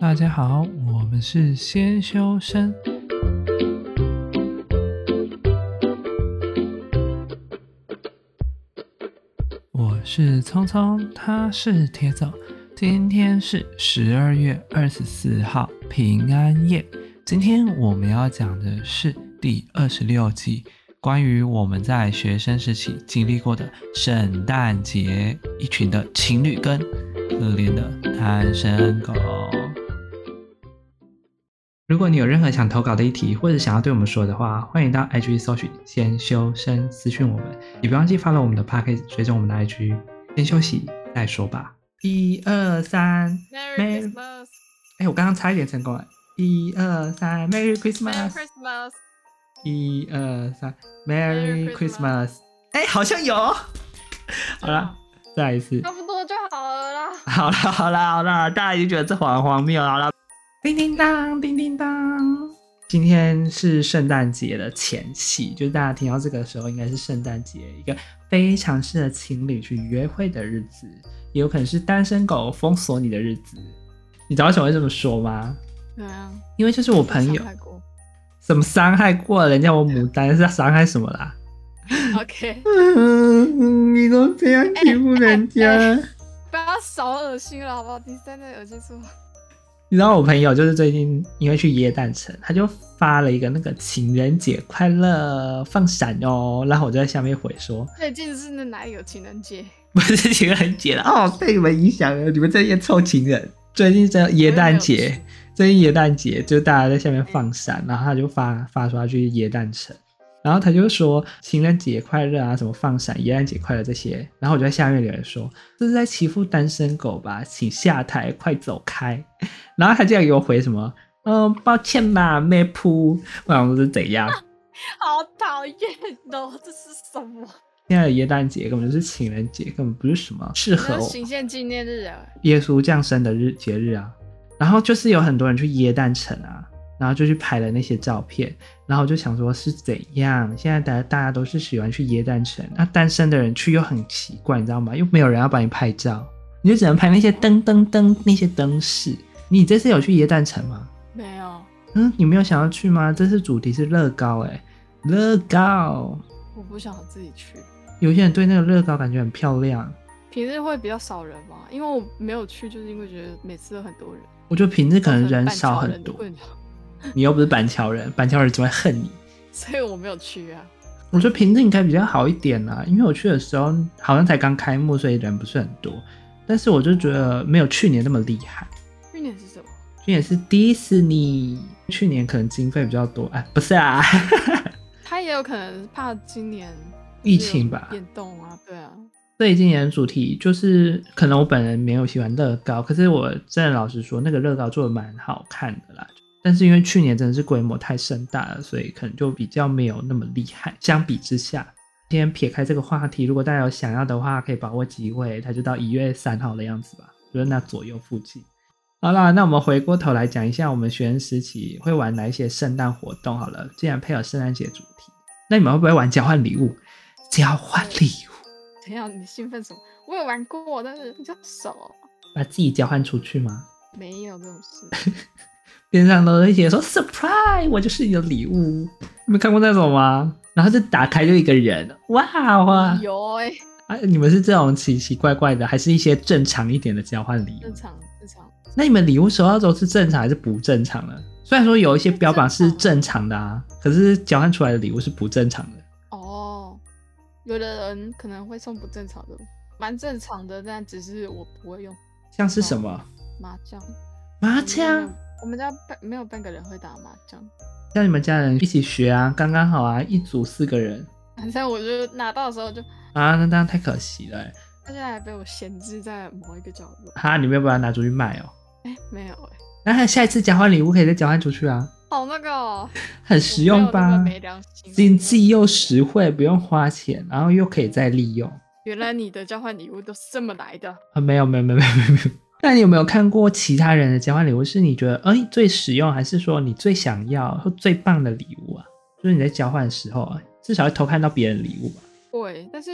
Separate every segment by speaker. Speaker 1: 大家好，我们是先修身。我是聪聪，他是铁总。今天是十二月二十四号，平安夜。今天我们要讲的是第二十六集，关于我们在学生时期经历过的圣诞节，一群的情侣跟可怜的单身狗。如果你有任何想投稿的议题，或者想要对我们说的话，欢迎到 IG 搜寻“先修身”私讯我们。也不忘记发了我们的 p a c k a g e 追踪我们的 IG。先休息再说吧。一二三，
Speaker 2: Merry
Speaker 1: Merry-
Speaker 2: Christmas,
Speaker 1: 哎，我刚刚差一点成功了。一二三，Merry
Speaker 2: Merry
Speaker 1: Christmas！
Speaker 2: Christmas，
Speaker 1: 一二三
Speaker 2: Merry
Speaker 1: ，Merry
Speaker 2: Christmas
Speaker 1: Christmas！哎，好像有。好啦，再来一次。
Speaker 2: 差不多就好了啦。
Speaker 1: 好啦，好啦，好啦，大家已经觉得这很荒谬了。好啦，叮叮当，叮叮当。今天是圣诞节的前夕，就是大家听到这个时候，应该是圣诞节一个非常适合情侣去约会的日子，也有可能是单身狗封锁你的日子。你知道为什么会这么说吗？
Speaker 2: 对啊，
Speaker 1: 因为就是我朋友
Speaker 2: 上海国
Speaker 1: 什么伤害过人家我牡丹是伤害什么啦？
Speaker 2: OK，
Speaker 1: 嗯， 你都这样欺负人家。
Speaker 2: 不要少恶心了，好不好？第三的恶心处，
Speaker 1: 你知道我朋友就是最近因为去耶诞城，他就发了一个那个情人节快乐放闪哦，然后我就在下面回说，
Speaker 2: 最近是那哪里有情人节？
Speaker 1: 不是情人节了哦，被你们影响了，你们这些臭情人。最近这耶诞
Speaker 2: 我也没
Speaker 1: 节，最近耶诞节就大家在下面放闪，然后他就发发说他去耶诞城，然后他就说情人节快乐啊，什么放闪、耶诞节快乐这些，然后我就在下面留言说这是在欺负单身狗吧，请下台，快走开。 然后他竟然给我回什么，嗯，抱歉吧，妹扑，我想说是怎样？
Speaker 2: 好讨厌哦，这是什么？
Speaker 1: 现在的耶诞节根本就是情人节，根本不是什么适合
Speaker 2: 那
Speaker 1: 我
Speaker 2: 是行宪纪念日啊！
Speaker 1: 耶稣降生的日节日啊，然后就是有很多人去耶诞城啊，然后就去拍了那些照片，然后就想说是怎样，现在大家大家都是喜欢去耶诞城，那单身的人去又很奇怪，你知道吗？又没有人要帮你拍照，你就只能拍那些灯灯灯那些灯饰。你这次有去耶诞城吗？
Speaker 2: 没有，
Speaker 1: 嗯，你没有想要去吗？这次主题是乐高、欸，乐高，
Speaker 2: 我不想自己去。
Speaker 1: 有些人对那个乐高感觉很漂亮，
Speaker 2: 平日会比较少人嘛，因为我没有去，就是因为觉得每次都很多人，
Speaker 1: 我觉得平日可能人
Speaker 2: 哦造成板
Speaker 1: 少
Speaker 2: 桥
Speaker 1: 很
Speaker 2: 人的
Speaker 1: 多，
Speaker 2: 困扰
Speaker 1: 你又不是板桥人，板桥人只会恨你。
Speaker 2: 所以我没有去啊。
Speaker 1: 我觉得平日应该比较好一点啦，因为我去的时候好像才刚开幕，所以人不是很多。但是我就觉得没有去年那么厉害，
Speaker 2: 去年是什么？
Speaker 1: 去年是迪士尼，去年可能经费比较多，哎，不是啊，
Speaker 2: 他也有可能怕今年
Speaker 1: 疫情吧
Speaker 2: 就是有变动啊，对啊，
Speaker 1: 所以今年的主题就是，可能我本人没有喜欢乐高，可是我真的老实说，那个乐高做的蛮好看的啦。但是因为去年真的是规模太盛大了，所以可能就比较没有那么厉害。相比之下，今天撇开这个话题，如果大家有想要的话，可以把握机会，它就到一月三号的样子吧，就是那左右附近。好啦，那我们回过头来讲一下我们学生时期会玩哪一些圣诞活动好了。既然配合圣诞节主题，那你们会不会玩交换礼物？交换礼物。
Speaker 2: 等一下，你兴奋什么？我有玩过，但是比较少，
Speaker 1: 把自己交换出去吗？
Speaker 2: 没有这种事。
Speaker 1: 边上都会写说 surprise，我就是你的礼物。你们看过那种吗？然后就打开就一个人，哇哇！
Speaker 2: 有哎、
Speaker 1: 啊，你们是这种奇奇怪怪的，还是一些正常一点的交换礼
Speaker 2: 正
Speaker 1: 物？
Speaker 2: 常正常，
Speaker 1: 那你们礼物收到之后是正常还是不正常的？虽然说有一些标榜是正常的啊，可是交换出来的礼物是不正常的。
Speaker 2: 哦。有的人可能会送不正常的，蛮正常的，但只是我不会用
Speaker 1: 像是什
Speaker 2: 哦
Speaker 1: 么
Speaker 2: 麻将。
Speaker 1: 麻
Speaker 2: 我
Speaker 1: 将
Speaker 2: 们？我们家半没有半个人会打麻将，
Speaker 1: 像你们家人一起学啊，刚刚好啊，一组四个人
Speaker 2: 反正我就拿到的时候就，
Speaker 1: 啊，那当然太可惜了欸。
Speaker 2: 他现在还被我闲置在某一个角落。
Speaker 1: 哈，你们要把它拿出去卖哦。
Speaker 2: 哎、没有哎、
Speaker 1: 那下一次交换礼物可以再交换出去啊，
Speaker 2: 好那个、哦，
Speaker 1: 很实用
Speaker 2: 我没有那
Speaker 1: 吧
Speaker 2: 么？没良心，
Speaker 1: 经济又实惠，不用花钱，然后又可以再利用。
Speaker 2: 原来你的交换礼物都是这么来的。
Speaker 1: 啊，没有没有没有没有没有没有。那你有没有看过其他人的交换礼物？是你觉得哎、最实用，还是说你最想要或最棒的礼物啊？就是你在交换的时候啊，至少会偷看到别人的礼物吧。
Speaker 2: 对，但是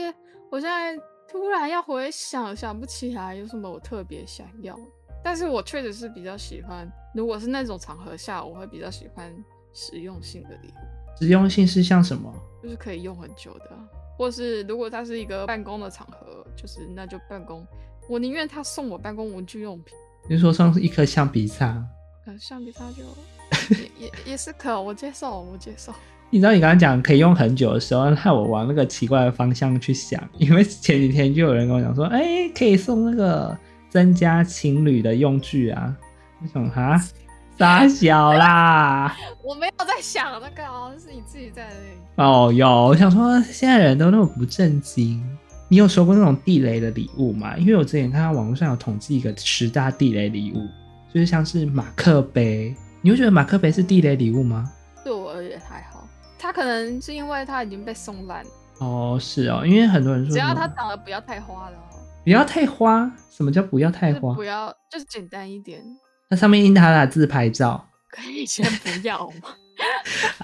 Speaker 2: 我现在突然要回想，想不起来有什么我特别想要。但是我确实是比较喜欢，如果是那种场合下，我会比较喜欢实用性的礼物，
Speaker 1: 实用性是像什么？
Speaker 2: 就是可以用很久的啊。或是如果它是一个办公的场合，就是那就办公，我宁愿他送我办公文具用品，
Speaker 1: 你说像是一颗橡皮擦？
Speaker 2: 呃，橡皮 擦就也也也是可，我接受，我接受。
Speaker 1: 你知道你刚刚讲可以用很久的时候，害我往那个奇怪的方向去想， 因为前几天就有人跟我讲说，哎、可以送那个增加情侣的用具啊。我想哈，傻小啦。
Speaker 2: 我没有在想那个哦，是你自己在那里。
Speaker 1: 哦有，我想说现在人都那么不正经。你有收过那种地雷的礼物吗？因为我之前看到网络上有统计一个十大地雷礼物，就是像是马克杯。你会觉得马克杯是地雷礼物吗？
Speaker 2: 对我而言还好，他可能是因为他已经被送烂了，
Speaker 1: 哦，是哦，因为很多人说
Speaker 2: 只要
Speaker 1: 什么
Speaker 2: 他长得不要太花了哦，
Speaker 1: 不要太花。什么叫不要太
Speaker 2: 就是
Speaker 1: 花
Speaker 2: 不？要就是简单一点，
Speaker 1: 那上面印他的自拍照，
Speaker 2: 可以先不要 吗？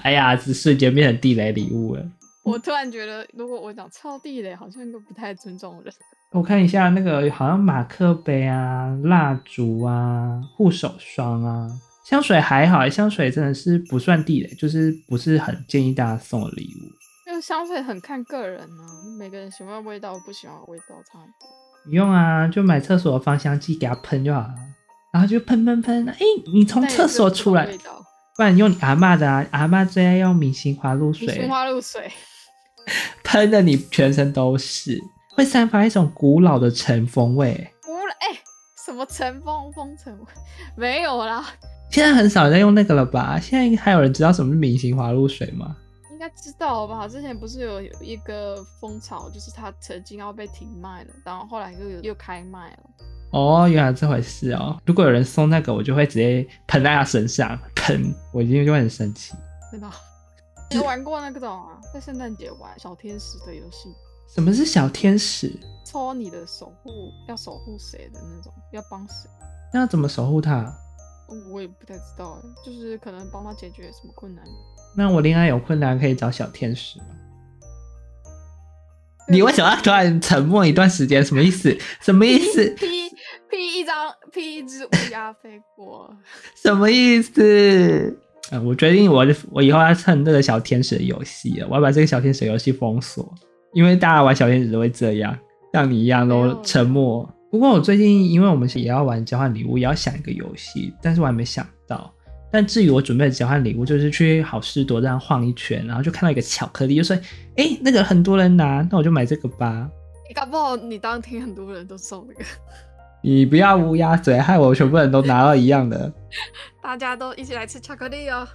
Speaker 1: 哎呀，只瞬间变成地雷礼物了。
Speaker 2: 我突然觉得，如果我讲超地雷，好像又不太尊重人。
Speaker 1: 我看一下那个，好像马克杯啊、蜡烛啊、护手霜啊、香水还好，香水真的是不算地雷，就是不是很建议大家送的礼物。
Speaker 2: 就是香水很看个人啊，每个人喜欢的味道不喜欢的味道差很多。
Speaker 1: 不用啊，就买厕所的芳香剂给它喷就好了，然后就喷喷喷。哎、你从
Speaker 2: 但也
Speaker 1: 厕
Speaker 2: 是
Speaker 1: 所
Speaker 2: 不
Speaker 1: 出
Speaker 2: 同
Speaker 1: 来
Speaker 2: 味，道，
Speaker 1: 不然用你阿嬷的啊，阿嬷最爱用明星花露
Speaker 2: 你
Speaker 1: 水啊
Speaker 2: 青，花露水，
Speaker 1: 喷的你全身都是，会散发一种古老的尘风味。
Speaker 2: 无了哎，什么尘封风尘，没有啦，
Speaker 1: 现在很少人在用那个了吧？现在还有人知道什么是明星花露水吗？
Speaker 2: 应该知道吧？之前不是有一个风潮，就是它曾经要被停卖了，然后后来又有又开卖了。
Speaker 1: 哦，原来这回事哦。如果有人送那个，我就会直接喷在他身上，喷，我一定就会很生气。
Speaker 2: 真 的。你有玩过那个种啊？在圣诞节玩小天使的游戏，
Speaker 1: 什么是小天使？
Speaker 2: 抽你的守护，要守护谁的那种，要帮谁？
Speaker 1: 那要怎么守护他？
Speaker 2: 我也不太知道哎，就是可能帮他解决什么困难。
Speaker 1: 那我恋爱有困难可以找小天使吗？你为什么要突然沉默一段时间？什么意思？什么意思？
Speaker 2: 劈劈一张劈一只乌鸦飞过？
Speaker 1: 什么意思？嗯，我决定我我以后要趁这个小天使的游戏了，我要把这个小天使游戏封锁，因为大家玩小天使都会这样，像你一样
Speaker 2: 没
Speaker 1: 都
Speaker 2: 有
Speaker 1: 沉默。不过我最近因为我们也要玩交换礼物，也要想一个游戏，但是我还没想到。但至于我准备的交换礼物，就是去好事多这样晃一圈，然后就看到一个巧克力，就说：“哎、那个很多人拿，那我就买这个吧。
Speaker 2: 搞不好你当天很多人都送那个，”
Speaker 1: 你不要乌鸦嘴，害我全部人都拿到一样的。
Speaker 2: 大家都一起来吃巧克力哦。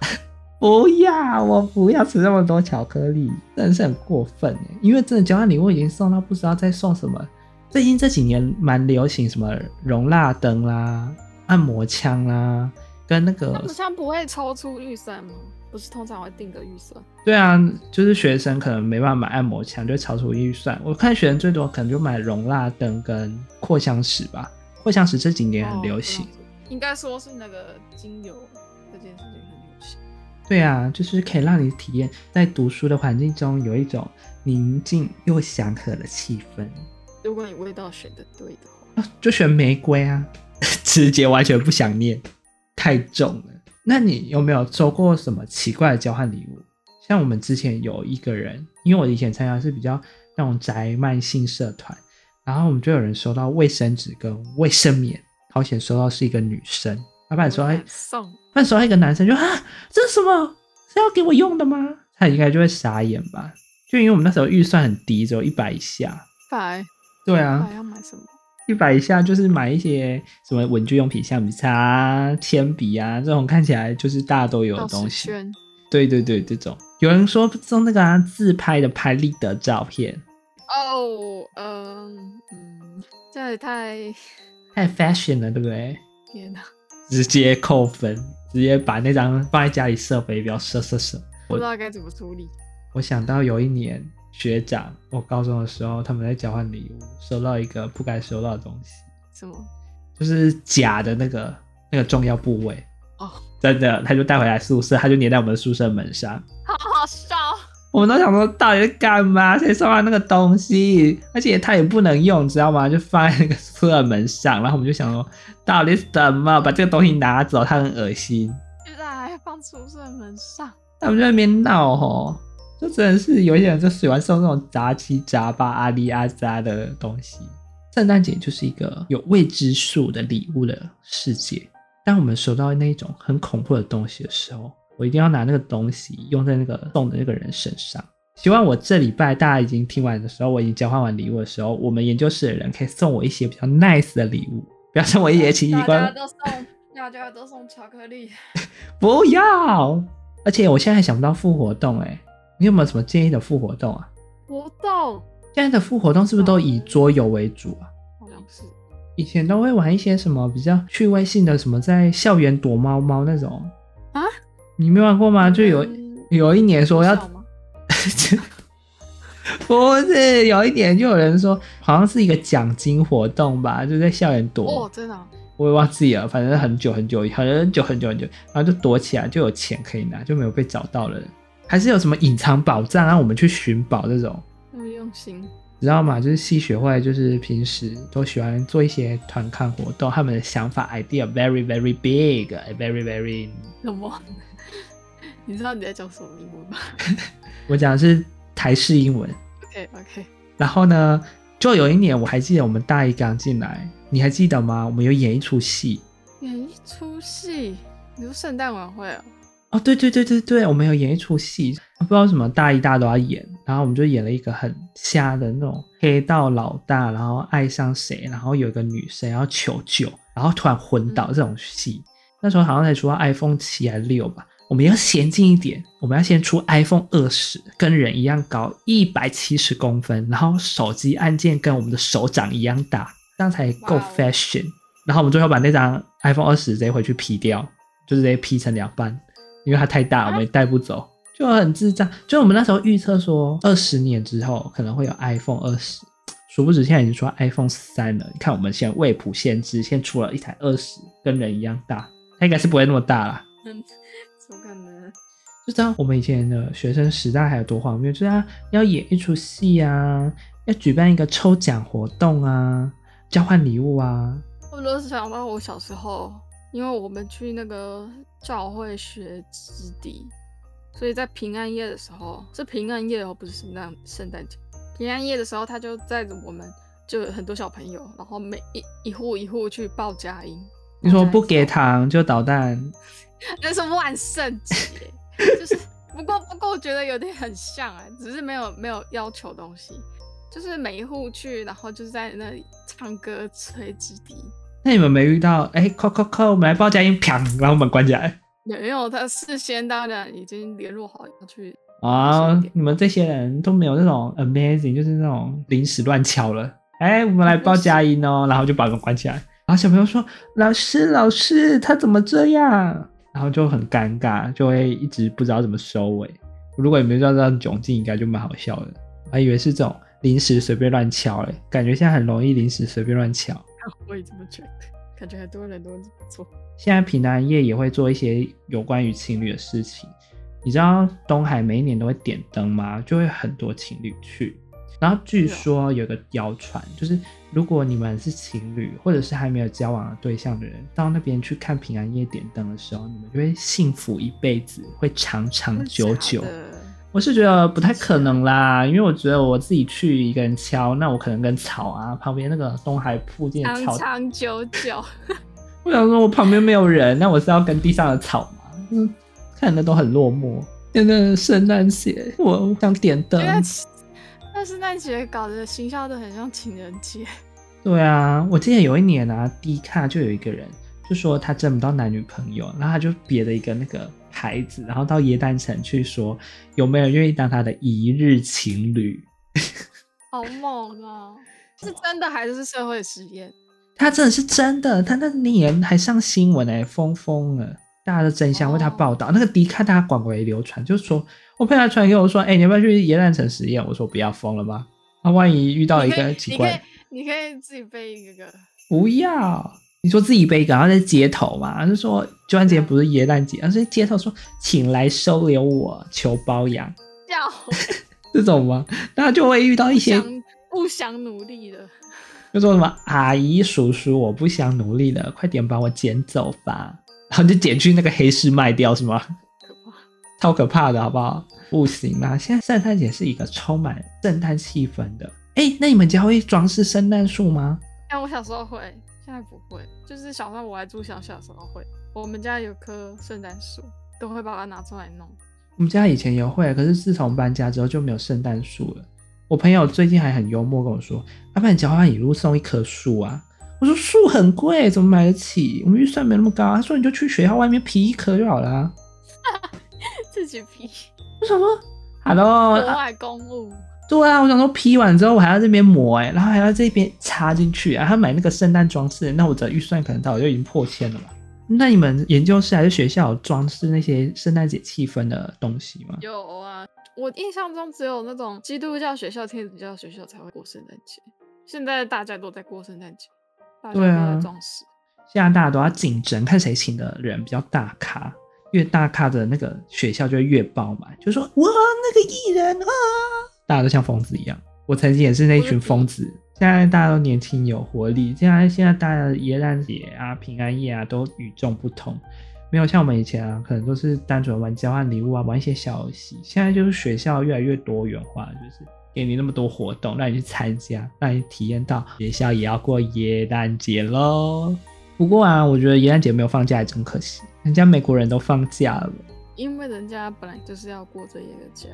Speaker 1: 不要，我不要吃那么多巧克力，真的是很过分哎！因为真的交换礼物已经送到不知道在送什么。最近这几年蛮流行什么容蜡灯啦、按摩枪啦，跟那
Speaker 2: 他
Speaker 1: 个
Speaker 2: 们像不会抽出预算吗？不是通常会定个预算？
Speaker 1: 对啊，就是学生可能没办法买按摩枪，就超出预算。我看学生最多可能就买容蜡灯跟扩香石吧，扩香石这几年很
Speaker 2: 哦
Speaker 1: 流行。，
Speaker 2: 这样子应该说是那个精油这件事情很流行。
Speaker 1: 对啊，就是可以让你体验在读书的环境中有一种宁静又祥和的气氛。
Speaker 2: 如果你味道选的对的话，
Speaker 1: 啊就选玫瑰啊， 直接完全不想念，太重了。那你有没有收过什么奇怪的交换礼物？像我们之前有一个人，因为我以前参加的是比较那种宅慢性社团，然后我们就有人收到卫生纸跟卫生棉，好险收到是一个女生，老板说
Speaker 2: 我
Speaker 1: 哎
Speaker 2: 敢送
Speaker 1: 那时候一个男生就啊，这是什么？是要给我用的吗？他应该就会傻眼吧，就因为我们那时候预算很低，只有一百以下。
Speaker 2: 白，
Speaker 1: 对啊
Speaker 2: 白，要买什么？
Speaker 1: 一百以下就是买一些什么文具用品，橡皮擦啊、铅笔啊这种看起来就是大家都有的
Speaker 2: 钥匙
Speaker 1: 东西。
Speaker 2: 圈
Speaker 1: 对对对，这种有人说送那个啊自拍的拍立得照片，
Speaker 2: 哦，嗯嗯，这也太
Speaker 1: 太 fashion 了，对不对？
Speaker 2: 天哪，
Speaker 1: 直接扣分，直接把那张放在家里设备表设设设。
Speaker 2: 不知道该怎么处理。
Speaker 1: 我想到有一年学长，我高中的时候，他们在交换礼物，收到一个不该收到的东西，
Speaker 2: 什么？
Speaker 1: 就是假的那个那个重要部位。
Speaker 2: 哦，
Speaker 1: 真的，他就带回来宿舍，他就粘在我们宿舍门上。
Speaker 2: 好好笑，
Speaker 1: 我们都想说到底在干嘛？谁送他那个东西？而且他也不能用，知道吗？就放在那个宿舍门上，然后我们就想说，到底是怎么把这个东西拿走？他很恶心，
Speaker 2: 居然还放宿舍门上，
Speaker 1: 他们就在那边闹吼，就真的是有一些人就喜欢送那种杂七杂八、阿里阿扎的东西。圣诞节就是一个有未知数的礼物的世界。当我们收到那一种很恐怖的东西的时候，我一定要拿那个东西用在那个送的那个人身上。希望我这礼拜大家已经听完的时候，我已经交换完礼物的时候，我们研究室的人可以送我一些比较 nice 的礼物，不要送我一些奇奇怪
Speaker 2: 大
Speaker 1: 怪。
Speaker 2: 家都送，大家都送巧克力。
Speaker 1: 不要！而且我现在还想不到副活动哎、你有没有什么建议的副活动啊？
Speaker 2: 活动
Speaker 1: 现在的副活动是不是都以桌游为主啊？
Speaker 2: 好像是
Speaker 1: 以前都会玩一些什么比较趣味性的，什么在校园躲猫猫那种
Speaker 2: 啊？
Speaker 1: 你没玩过啊吗？就有
Speaker 2: 嗯
Speaker 1: 有一年说要
Speaker 2: 知道吗
Speaker 1: 不是，有一年就有人说好像是一个奖金活动吧，就在校园躲，
Speaker 2: 哦，真的啊、
Speaker 1: 我也忘记了，反正很久很久以，很久很久很久，然后就躲起来，就有钱可以拿，就没有被找到了。还是有什么隐藏宝藏啊让我们去寻宝这种，
Speaker 2: 那么用心。
Speaker 1: 知道吗？就是系学会，就是平时都喜欢做一些团抗活动，他们的想法 idea very very big，very very。
Speaker 2: 什么？ 你知道你在讲什么英 文吗
Speaker 1: 我讲的是台式英文，
Speaker 2: ？OK OK，
Speaker 1: 然后呢，就有一年我还记得我们大一刚进来，你还记得吗？我们有演一出戏
Speaker 2: 演一出戏，你说圣诞晚会哦？
Speaker 1: 哦，对对对对对，我们有演一出戏，不知道为什么大一大都要演，然后我们就演了一个很瞎的那种黑道老大，然后爱上谁，然后有一个女生要求救，然后突然昏倒这种戏。那时候好像才出到 iPhone 七还是六吧，我们要先进一点，我们要先出 iPhone 二十，跟人一样高，一百七十公分，然后手机按键跟我们的手掌一样大，这样才够
Speaker 2: 哇哦
Speaker 1: fashion。然后我们最后把那张 iPhone 二十直接回去 P 掉，就直接 P 成两半，因为它太
Speaker 2: 啊
Speaker 1: 大，我们也带不走，就很智障。就我们那时候预测说，二十年之后可能会有 iPhone 二十。殊不知现在已经出到 iPhone 三了。你看，我们现在未卜先知，先出了一台二十，跟人一样大，它应该是不会那么大啦。
Speaker 2: 怎么可能？
Speaker 1: 就知道我们以前的学生时代还有多荒谬，就是要要演一出戏啊，要举办一个抽奖活动啊，交换礼物啊。
Speaker 2: 我都是想到我小时候，因为我们去那个教会学肢笛，所以在平安夜的时候，是平安夜哦，不是圣诞圣诞节。平安夜的时候，他就载着我们，就有很多小朋友，然后每一一户一户去报佳音。
Speaker 1: 你说不
Speaker 2: 报佳音
Speaker 1: 给糖就捣蛋，
Speaker 2: 那是万圣节，就是不过不过我觉得有点很像啊，只是没有没有要求东西，就是每一户去，然后就是在那里唱歌吹纸笛，
Speaker 1: 那你们没遇到？哎，扣扣扣，我们来报佳音，啪，然后门关起来
Speaker 2: 没有他事先当然已经联络好要去，
Speaker 1: 啊、
Speaker 2: 是的
Speaker 1: 你们这些人都没有那种 amazing，就是那种临时乱敲了。哎，我们来报佳音哦， 然后就把门关起来。然后小朋友说：“老师，老师，他怎么这样？”然后就很尴尬，就会一直不知道怎么收尾。如果你们遇到这样窘境，应该就蛮好笑的。我还以为是这种临时随便乱敲嘞，感觉现在很容易临时随便乱敲。
Speaker 2: 我也这么觉得，感觉很多人都这么做。
Speaker 1: 现在平安夜也会做一些有关于情侣的事情。你知道东海每一年都会点灯吗？就会很多情侣去。然后据
Speaker 2: 是哦
Speaker 1: 说有个谣传，就是如果你们是情侣，或者是还没有交往的对象的人，到那边去看平安夜点灯的时候，你们就会幸福一辈子，会长长久久
Speaker 2: 真。的假的
Speaker 1: 我是觉得不太可能啦，因为我觉得我自己去一个人敲，那我可能跟草啊旁边那个东海附近的草
Speaker 2: 长长久 久，
Speaker 1: 我想说，我旁边没有人，那我是要跟地上的草吗？嗯，看的都很落寞。现在的圣诞节，我想点灯
Speaker 2: 因。为 但是那节搞得行销都很像情人节，
Speaker 1: 对啊，我记得有一年啊，低卡就有一个人就说他挣不到男女朋友，然后他就别了一个那个牌子，然后到耶诞城去说有没有人愿意当他的一日情侣。
Speaker 2: 好猛啊！ 是真的还是社会实验？
Speaker 1: 他真的是真的，他那年还上新闻哎、疯疯了，大家的真相为他报
Speaker 2: 哦
Speaker 1: 道。那个迪卡大家广为流传，就说哦我朋友还传给我说，哎、你要不要去野诞城实验？我说不要疯了吧，那、万一遇到一
Speaker 2: 你可
Speaker 1: 个
Speaker 2: 以，
Speaker 1: 奇怪，
Speaker 2: 你可以，你可以自己背一个个。
Speaker 1: 不要。你说自己背一个，然后在街头嘛，就说端节不是耶诞节，而是街头说，请来收留我，求包养。
Speaker 2: 笑 要，
Speaker 1: 这种吗？那就会遇到一
Speaker 2: 不
Speaker 1: 些，
Speaker 2: 想不想努力了。
Speaker 1: 就说什么阿姨叔叔，我不想努力了，快点把我捡走吧，然后就捡去那个黑市卖掉，是吗？
Speaker 2: 可怕，
Speaker 1: 超可怕的，好不好？不行啦！现在圣诞节是一个充满圣诞气氛的。哎，那你们家会装饰圣诞树吗？
Speaker 2: 但我小时候会，现在不会。就是小时候我还住小，小时候会。我们家有棵圣诞树，都会把它拿出来弄。
Speaker 1: 我们家以前也会，可是自从搬家之后就没有圣诞树了。我朋友最近还很幽默跟我说：“阿爸，你交换礼物送一棵树啊？”我说：“树很贵，怎么买得起？我们预算没那么高啊。”他说：“你就去学校外面批一棵就好了、啊。
Speaker 2: 自己批，”
Speaker 1: 我想说：“Hello，
Speaker 2: 国
Speaker 1: 啊
Speaker 2: 外公务，
Speaker 1: 对啊，我想说批完之后我还要这边磨哎、然后还要这边插进去、啊，然后买那个圣诞装饰，那我的预算可能早就已经破千了嘛。那你们研究室还是学校有装饰那些圣诞节气氛的东西吗？
Speaker 2: 有啊，我印象中只有那种基督教学校、天主教学校才会过圣诞节，现在大家都在过圣诞节，大家
Speaker 1: 对
Speaker 2: 都
Speaker 1: 啊
Speaker 2: 在装饰。
Speaker 1: 现在大家都要竞争，看谁请的人比较大咖，越大咖的那个学校就会越爆满，就说哇那个艺人啊，大家都像疯子一样。我曾经也是那一群疯子，现在大家都年轻有活力，现在现在大家的耶诞节啊、平安夜啊都与众不同，没有像我们以前啊，可能都是单纯玩交换礼物啊，玩一些小游戏。现在就是学校越来越多元化，就是给你那么多活动，让你去参加，让你体验到学校也要过耶诞节喽。不过啊，我觉得耶诞节没有放假也真可惜，人家美国人都放假了，
Speaker 2: 因为人家本来就是要过这一个啊家，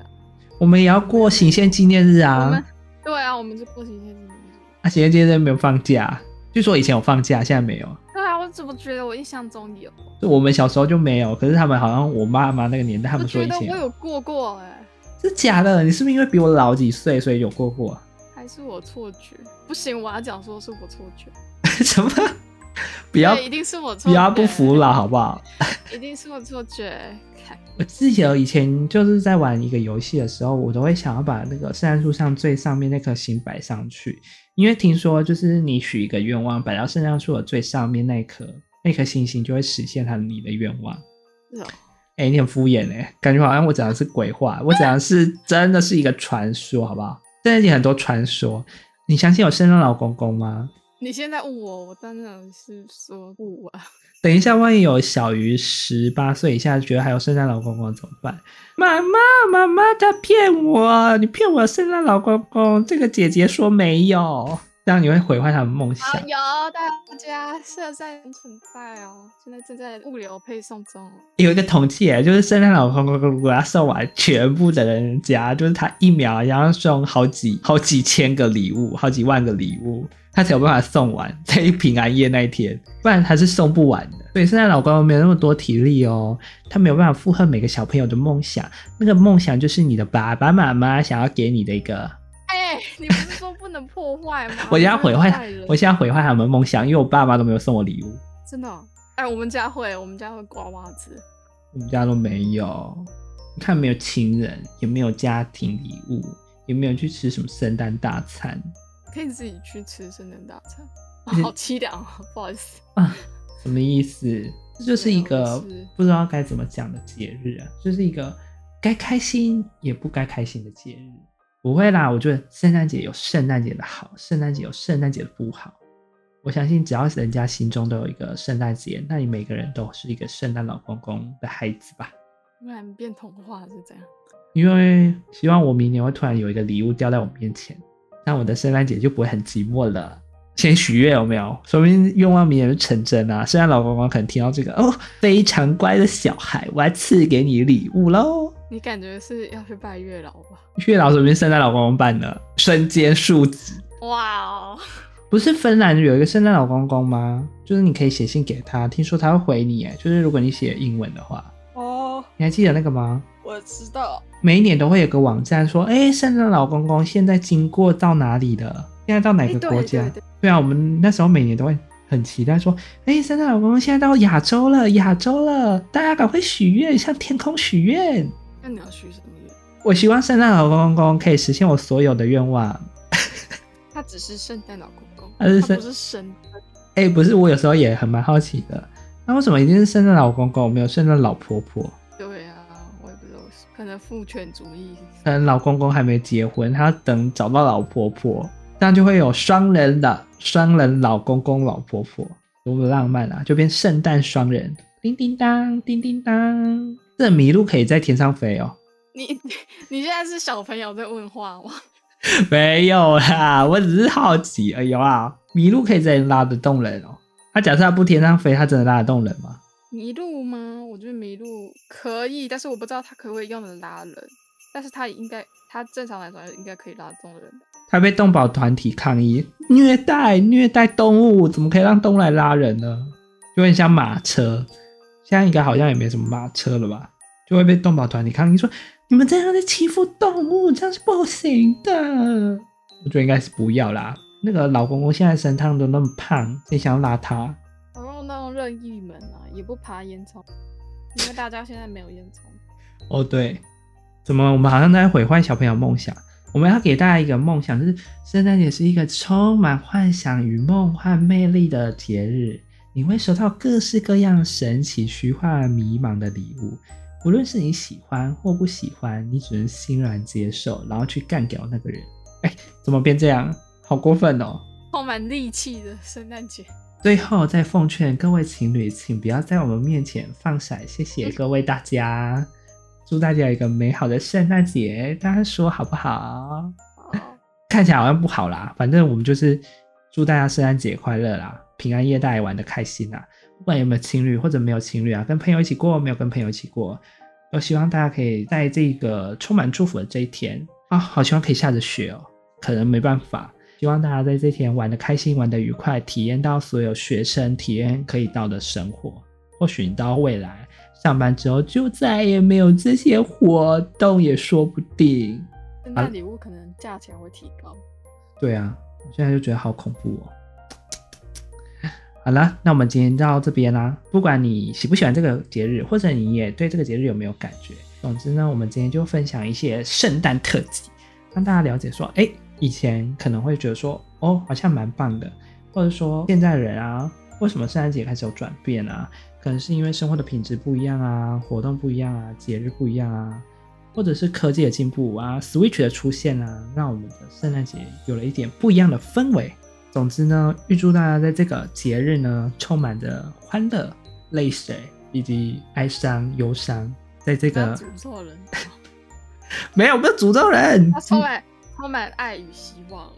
Speaker 1: 我们也要过行宪纪念日
Speaker 2: 我
Speaker 1: 啊
Speaker 2: 们。对啊，我们就过情人节。
Speaker 1: 啊，行宪纪念日没有放假，据说以前有放假，现在没有。
Speaker 2: 对啊，我怎么觉得我印象中有？
Speaker 1: 就我们小时候就没有，可是他们好像我妈妈那个年代，他
Speaker 2: 我
Speaker 1: 们说
Speaker 2: 觉
Speaker 1: 以
Speaker 2: 得
Speaker 1: 前
Speaker 2: 我
Speaker 1: 有
Speaker 2: 有过过哎、
Speaker 1: 是假的。你是不是因为比我老几岁，所以有过过？
Speaker 2: 还是我错觉？不行，我要讲说是我错觉，
Speaker 1: 什么？不要
Speaker 2: 对一定是我错
Speaker 1: 不
Speaker 2: 觉，
Speaker 1: 要不服老，好不好？
Speaker 2: 一定是我错觉。看，
Speaker 1: 我自己以前就是在玩一个游戏的时候，我都会想要把那个圣诞树上最上面那颗星摆上去，因为听说就是你许一个愿望，摆到圣诞树的最上面那一颗那颗星星就会实现它你的愿望。
Speaker 2: 是哦
Speaker 1: 哎、你很敷衍哎、感觉好像我讲的是鬼话，我讲的是真的是一个传说，好不好？圣诞节很多传说，你相信有圣诞老公公吗？
Speaker 2: 你现在问我，我当然是说不啊。
Speaker 1: 等一下，万一有小于十八岁以下觉得还有圣诞老公公怎么办？妈妈，妈妈，他骗我，你骗我圣诞老公公，这个姐姐说没有，这样你会毁坏他们梦想
Speaker 2: 好，。啊有大家现在存在哦，现在正在物流配送中。
Speaker 1: 有一个统计耶，就是圣诞老公公如果要送完全部的人家，就是他一秒要送好几好几千个礼物，好几万个礼物，他才有办法送完在平安夜那一啊天，不然他是送不完的。所以圣诞老公公没有那么多体力哦，他没有办法附和每个小朋友的梦想，那个梦想就是你的爸爸妈妈想要给你的一个。？
Speaker 2: 哎、你不是说不能破坏吗
Speaker 1: 我现在毁坏他
Speaker 2: 太了，
Speaker 1: 我现在毁坏他们的梦想，因为我爸妈都没有送 我礼物，
Speaker 2: 真的哦、哎、我们家会，我们家会刮袜子。
Speaker 1: 我们家都没有。你看，没有情人，也没有家庭礼物，也没有去吃什么圣诞大餐
Speaker 2: 可以自己去吃圣诞大餐，
Speaker 1: 而且
Speaker 2: 好凄凉啊！不好意思，
Speaker 1: 啊，什么意思？这就是一个
Speaker 2: 没有是
Speaker 1: 不知道该怎么讲的节日啊，就是一个该开心也不该开心的节日。不会啦，我觉得圣诞节有圣诞节的好，圣诞节有圣诞节的不好。我相信，只要人家心中都有一个圣诞节，那你每个人都是一个圣诞老公公的孩子吧。
Speaker 2: 不然变童话是怎样？
Speaker 1: 因为希望我明年会突然有一个礼物掉在我面前，那我的圣诞节就不会很寂寞了。先许愿有没有？说不定愿望明年就成真啊！圣诞老公公可能听到这个哦，非常乖的小孩，我要赐给你礼物喽。
Speaker 2: 你感觉是要去拜月老吧？
Speaker 1: 月老说不定圣诞老公公办的，身兼数职。
Speaker 2: 哇哦，
Speaker 1: 不是芬兰有一个圣诞老公公吗？就是你可以写信给他，听说他会回你。哎，就是如果你写英文的话，
Speaker 2: 哦，
Speaker 1: 你还记得那个吗？
Speaker 2: 我知道，
Speaker 1: 每一年都会有个网站说，哎，圣诞老公公现在经过到哪里了？现在到哪
Speaker 2: 哎
Speaker 1: 个
Speaker 2: 对
Speaker 1: 国家？
Speaker 2: 对对
Speaker 1: 对啊，我们那时候每年都会很期待说，哎，圣诞老公公现在到亚洲了，亚洲了，大家赶快许愿，向天空许愿。
Speaker 2: 那你要许什么愿？
Speaker 1: 我希望圣诞老公公可以实现我所有的愿望。
Speaker 2: 他只是圣诞老公公，
Speaker 1: 呃他是
Speaker 2: 他
Speaker 1: 圣
Speaker 2: 不是神，
Speaker 1: 哎，不是，我有时候也很蛮好奇的，那为什么一定是圣诞老公公，没有圣诞老婆婆？
Speaker 2: 对啊，我也不知道为什么。可能父权主义，
Speaker 1: 可能老公公还没结婚，他等找到老婆婆，那就会有双人的双人老公公、老婆婆，多么浪漫啊！就变圣诞双人，叮叮当，叮叮当。这麋鹿可以在天上飞哦？
Speaker 2: 你 你现在是小朋友在问话吗？
Speaker 1: 没有啦，我只是好奇。哎呦啊，麋鹿可以在拉得动人哦。它假设它不天上飞，它真的拉得动人吗？
Speaker 2: 迷路吗？我觉得迷路可以，但是我不知道它可不可以用的拉人，但是它应该，它正常来说应该可以拉动人吧。
Speaker 1: 它被动保团体抗议虐待虐待动物，怎么可以让动物来拉人呢？就很像马车，现在应该好像也没什么马车了吧？就会被动保团体抗议说你们这样在欺负动物，这样是不行的。我觉得应该是不要啦。那个老公公现在身上都那么胖，谁想要拉他？
Speaker 2: 然后那种任意门啊，也不爬烟囱，因为大家现在没有烟囱。
Speaker 1: 哦，对，怎么我们好像在毁坏小朋友梦想？我们要给大家一个梦想，就是圣诞节是一个充满幻想与梦幻魅力的节日，你会收到各式各样神奇、虚幻、迷茫的礼物。无论是你喜欢或不喜欢，你只能欣然接受，然后去干掉那个人。哎，怎么变这样？好过分哦！
Speaker 2: 充满戾气的圣诞节，
Speaker 1: 最后再奉劝各位情侣，请不要在我们面前放闪，谢谢各位大家，祝大家有一个美好的圣诞节，大家说好不好？
Speaker 2: 哦，
Speaker 1: 看起来好像不好啦，反正我们就是祝大家圣诞节快乐啦，平安夜大家也玩的开心啦，不管有没有情侣或者没有情侣啊，跟朋友一起过，没有跟朋友一起过，都希望大家可以在这个充满祝福的这一天啊，好希望可以下着雪哦，可能没办法，希望大家在这天玩的开心，玩的愉快，体验到所有学生体验可以到的生活，或许你到未来上班之后就再也没有这些活动也说不定。
Speaker 2: 圣诞礼物可能价钱会提高。
Speaker 1: 对啊，我现在就觉得好恐怖哦。好了，那我们今天到这边啦。不管你喜不喜欢这个节日，或者你也对这个节日有没有感觉，总之呢，我们今天就分享一些圣诞特辑，让大家了解说，哎，以前可能会觉得说，哦，好像蛮棒的，或者说现在人啊，为什么圣诞节开始有转变啊？可能是因为生活的品质不一样啊，活动不一样啊，节日不一样啊，或者是科技的进步啊，Switch 的出现啊，让我们的圣诞节有了一点不一样的氛围。总之呢，预祝大家在这个节日呢，充满着欢乐、泪水以及哀伤、忧伤，在这
Speaker 2: 他
Speaker 1: 个
Speaker 2: 诅咒人，
Speaker 1: 没有不是诅咒人
Speaker 2: 他，充满充满爱与希望。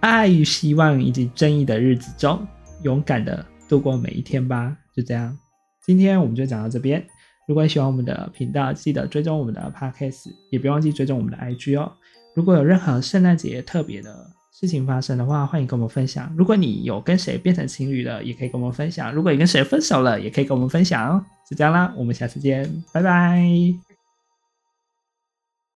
Speaker 1: 爱与希望以及正义的日子中，勇敢的度过每一天吧。就这样，今天我们就讲到这边。如果你喜欢我们的频道，记得追踪我们的 podcast，也别忘记追踪我们的 IG 哦。如果有任何圣诞节特别的事情发生的话，欢迎跟我们分享。如果你有跟谁变成情侣了，也可以跟我们分享；如果你跟谁分手了，也可以跟我们分享哦。就这样啦，我们下次见，拜拜。